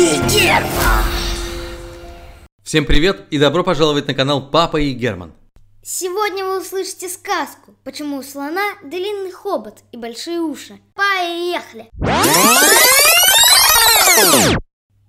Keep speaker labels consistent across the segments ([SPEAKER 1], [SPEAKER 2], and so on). [SPEAKER 1] Стерва!
[SPEAKER 2] Всем привет и добро пожаловать на канал Папа и Герман.
[SPEAKER 1] Сегодня вы услышите сказку «Почему у слона длинный хобот и большие уши». Поехали!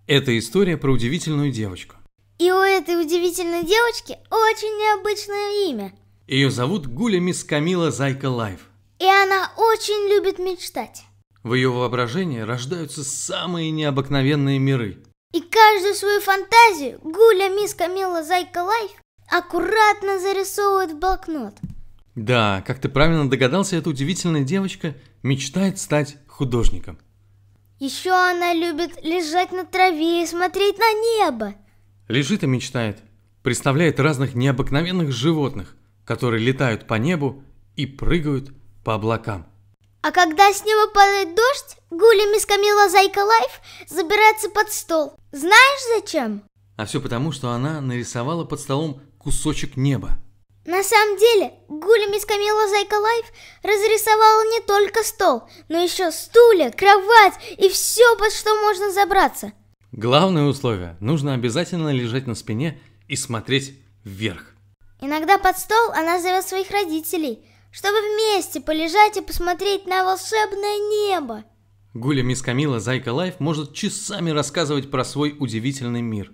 [SPEAKER 2] Это история про удивительную девочку.
[SPEAKER 1] И у этой удивительной девочки очень необычное имя.
[SPEAKER 2] Ее зовут Гуля Мисс Камила Зайка Лайф.
[SPEAKER 1] И она очень любит мечтать.
[SPEAKER 2] В ее воображении рождаются самые необыкновенные миры.
[SPEAKER 1] И каждую свою фантазию Гуля, мисс Камила, Зайка Лайф аккуратно зарисовывает в блокнот.
[SPEAKER 2] Да, как ты правильно догадался, эта удивительная девочка мечтает стать художником.
[SPEAKER 1] Еще она любит лежать на траве и смотреть на небо.
[SPEAKER 2] Лежит и мечтает. Представляет разных необыкновенных животных, которые летают по небу и прыгают по облакам.
[SPEAKER 1] А когда с неба падает дождь, Гуля, мисс Камила, Зайка Лайф забирается под стол. Знаешь зачем?
[SPEAKER 2] А все потому, что она нарисовала под столом кусочек неба.
[SPEAKER 1] На самом деле, Гуля, мисс Камила, Зайка Лайф разрисовала не только стол, но еще стулья, кровать и все, под что можно забраться.
[SPEAKER 2] Главное условие – нужно обязательно лежать на спине и смотреть вверх.
[SPEAKER 1] Иногда под стол она зовет своих родителей, чтобы вместе полежать и посмотреть на волшебное небо.
[SPEAKER 2] Гуля Мисс Камила Зайка Лайф может часами рассказывать про свой удивительный мир.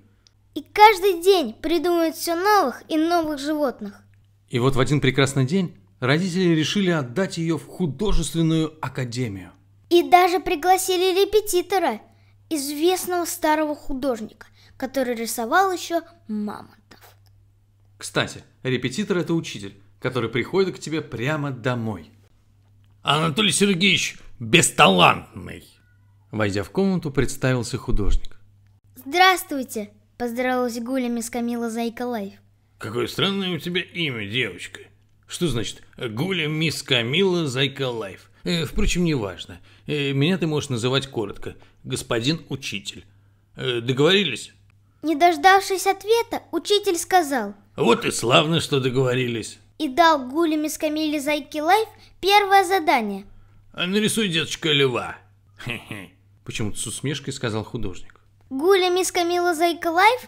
[SPEAKER 1] И каждый день придумывает все новых и новых животных.
[SPEAKER 2] И вот в один прекрасный день родители решили отдать ее в художественную академию.
[SPEAKER 1] И даже пригласили репетитора, известного старого художника, который рисовал еще мамонтов.
[SPEAKER 2] Кстати, репетитор – это учитель, который приходит к тебе прямо домой.
[SPEAKER 3] Анатолий Сергеевич бесталантный.
[SPEAKER 2] Войдя в комнату, представился художник.
[SPEAKER 1] Здравствуйте, поздоровалась Гуля мисс Камила Зайка Лайф.
[SPEAKER 3] Какое странное у тебя имя, девочка. Что значит Гуля Мисс Камила Зайка Лайф? Э, впрочем, не важно. Э, меня ты можешь называть коротко. Господин учитель. Э, договорились?
[SPEAKER 1] Не дождавшись ответа, учитель сказал
[SPEAKER 3] Вот и славно, что договорились.
[SPEAKER 1] и дал Гуле мисс Камиле Зайки Лайф первое задание.
[SPEAKER 3] А нарисуй, деточка, льва. Хе-хе.
[SPEAKER 2] Почему-то с усмешкой сказал художник.
[SPEAKER 1] Гуля мисс Камила Зайка Лайф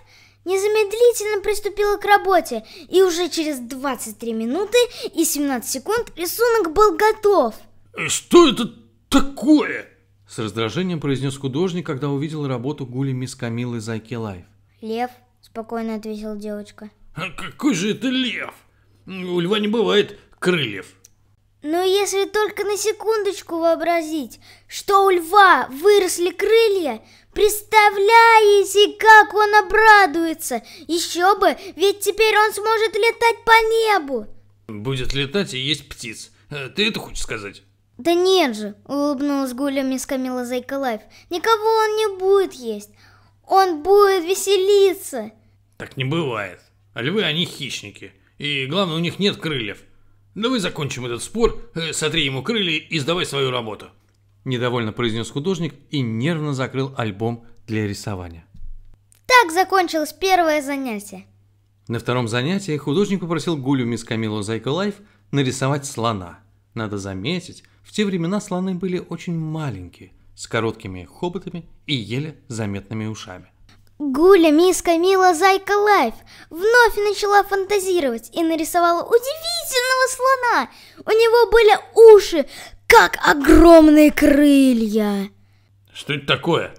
[SPEAKER 1] незамедлительно приступила к работе, и уже через 23 минуты и 17 секунд рисунок был готов.
[SPEAKER 3] Э, Что это такое?
[SPEAKER 2] С раздражением произнес художник, когда увидел работу Гули Мисс Камилы Зайки Лайф.
[SPEAKER 1] Лев, спокойно ответила девочка.
[SPEAKER 3] А какой же это лев? М, У льва не бывает крыльев.
[SPEAKER 1] Но если только на секундочку вообразить, что у льва выросли крылья, представляете, как он обрадуется! Еще бы, ведь теперь он сможет летать по небу!
[SPEAKER 3] Будет летать и есть птиц. Э, Ты это хочешь сказать?
[SPEAKER 1] Да нет же, улыбнулась Гуля мисс Камила Зайка Лайф. Никого он не будет есть. Он будет веселиться.
[SPEAKER 3] Так не бывает. А львы, они хищники. И главное, у них нет крыльев. Давай закончим этот спор, э, сотри ему крылья и сдавай свою работу.
[SPEAKER 2] Недовольно произнес художник и нервно закрыл альбом для рисования.
[SPEAKER 1] Так закончилось первое занятие.
[SPEAKER 2] На втором занятии художник попросил Гулю мисс Камилу Зайка Лайф нарисовать слона. Надо заметить, в те времена слоны были очень маленькие, с короткими хоботами и еле заметными ушами.
[SPEAKER 1] Гуля мисс Камила Зайка Лайф вновь начала фантазировать и нарисовала удивительного слона. У него были уши, как огромные крылья.
[SPEAKER 3] Что это такое?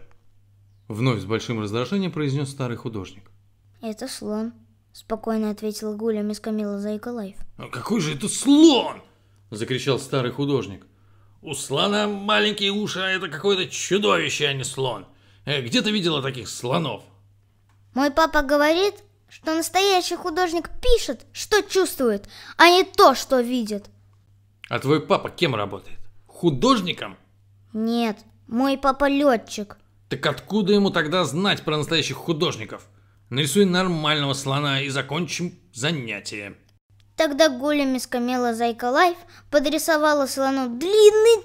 [SPEAKER 2] Вновь с большим раздражением произнес старый художник.
[SPEAKER 1] Это слон, спокойно ответила Гуля мисс Камила Зайка Лайф.
[SPEAKER 3] А какой же это слон?
[SPEAKER 2] Закричал старый художник.
[SPEAKER 3] У слона маленькие уши, а это какое-то чудовище, а не слон. Э, Где ты видела таких слонов?
[SPEAKER 1] Мой папа говорит, что настоящий художник пишет, что чувствует, а не то, что видит.
[SPEAKER 3] А твой папа кем работает? Художником?
[SPEAKER 1] Нет, мой папа летчик.
[SPEAKER 3] Так откуда ему тогда знать про настоящих художников? Нарисуй нормального слона и закончим занятие.
[SPEAKER 1] Тогда Гуля Мискамела Зайка Лайф подрисовала слону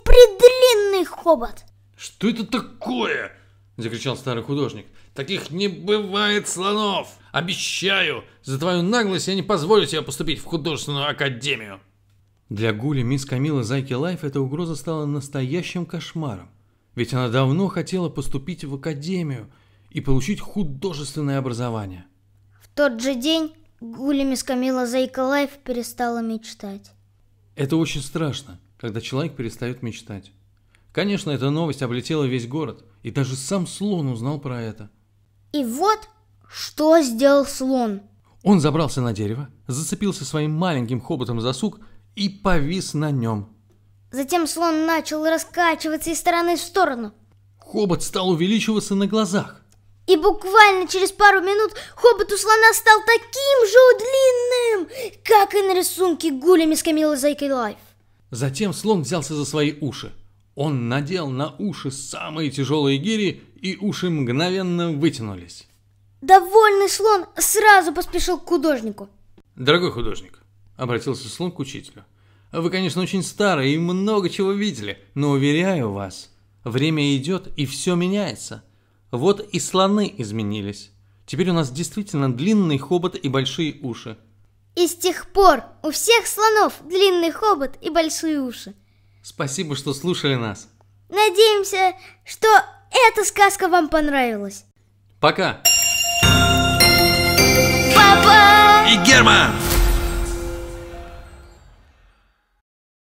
[SPEAKER 1] длинный-предлинный хобот.
[SPEAKER 3] Что это такое? Закричал старый художник. Таких не бывает слонов! Обещаю! За твою наглость я не позволю тебе поступить в художественную академию.
[SPEAKER 2] Для Гули мисс Камила Зайки Лайф эта угроза стала настоящим кошмаром. Ведь она давно хотела поступить в академию, и получить художественное образование.
[SPEAKER 1] В тот же день Гуля Мискамила Зайка Лайф перестала мечтать.
[SPEAKER 2] Это очень страшно, когда человек перестает мечтать. Конечно, эта новость облетела весь город, и даже сам слон узнал про это.
[SPEAKER 1] И вот что сделал слон.
[SPEAKER 2] Он забрался на дерево, зацепился своим маленьким хоботом за сук и повис на нем.
[SPEAKER 1] Затем слон начал раскачиваться из стороны в сторону.
[SPEAKER 2] Хобот стал увеличиваться на глазах.
[SPEAKER 1] И буквально через пару минут хобот у слона стал таким же длинным, как и на рисунке гулями с Камилой Зайкой Лайф.
[SPEAKER 2] Затем слон взялся за свои уши. Он надел на уши самые тяжелые гири, и уши мгновенно вытянулись.
[SPEAKER 1] Довольный слон сразу поспешил к художнику.
[SPEAKER 3] Дорогой художник,
[SPEAKER 2] Обратился слон к учителю. Вы, конечно, очень старые и много чего видели, но уверяю вас, время идет и все меняется. Вот и слоны изменились. Теперь у нас действительно длинный хобот и большие уши.
[SPEAKER 1] И с тех пор у всех слонов длинный хобот и большие уши.
[SPEAKER 2] Спасибо, что слушали нас.
[SPEAKER 1] Надеемся, что эта сказка вам понравилась.
[SPEAKER 2] Пока!
[SPEAKER 1] Папа!
[SPEAKER 3] И Герман!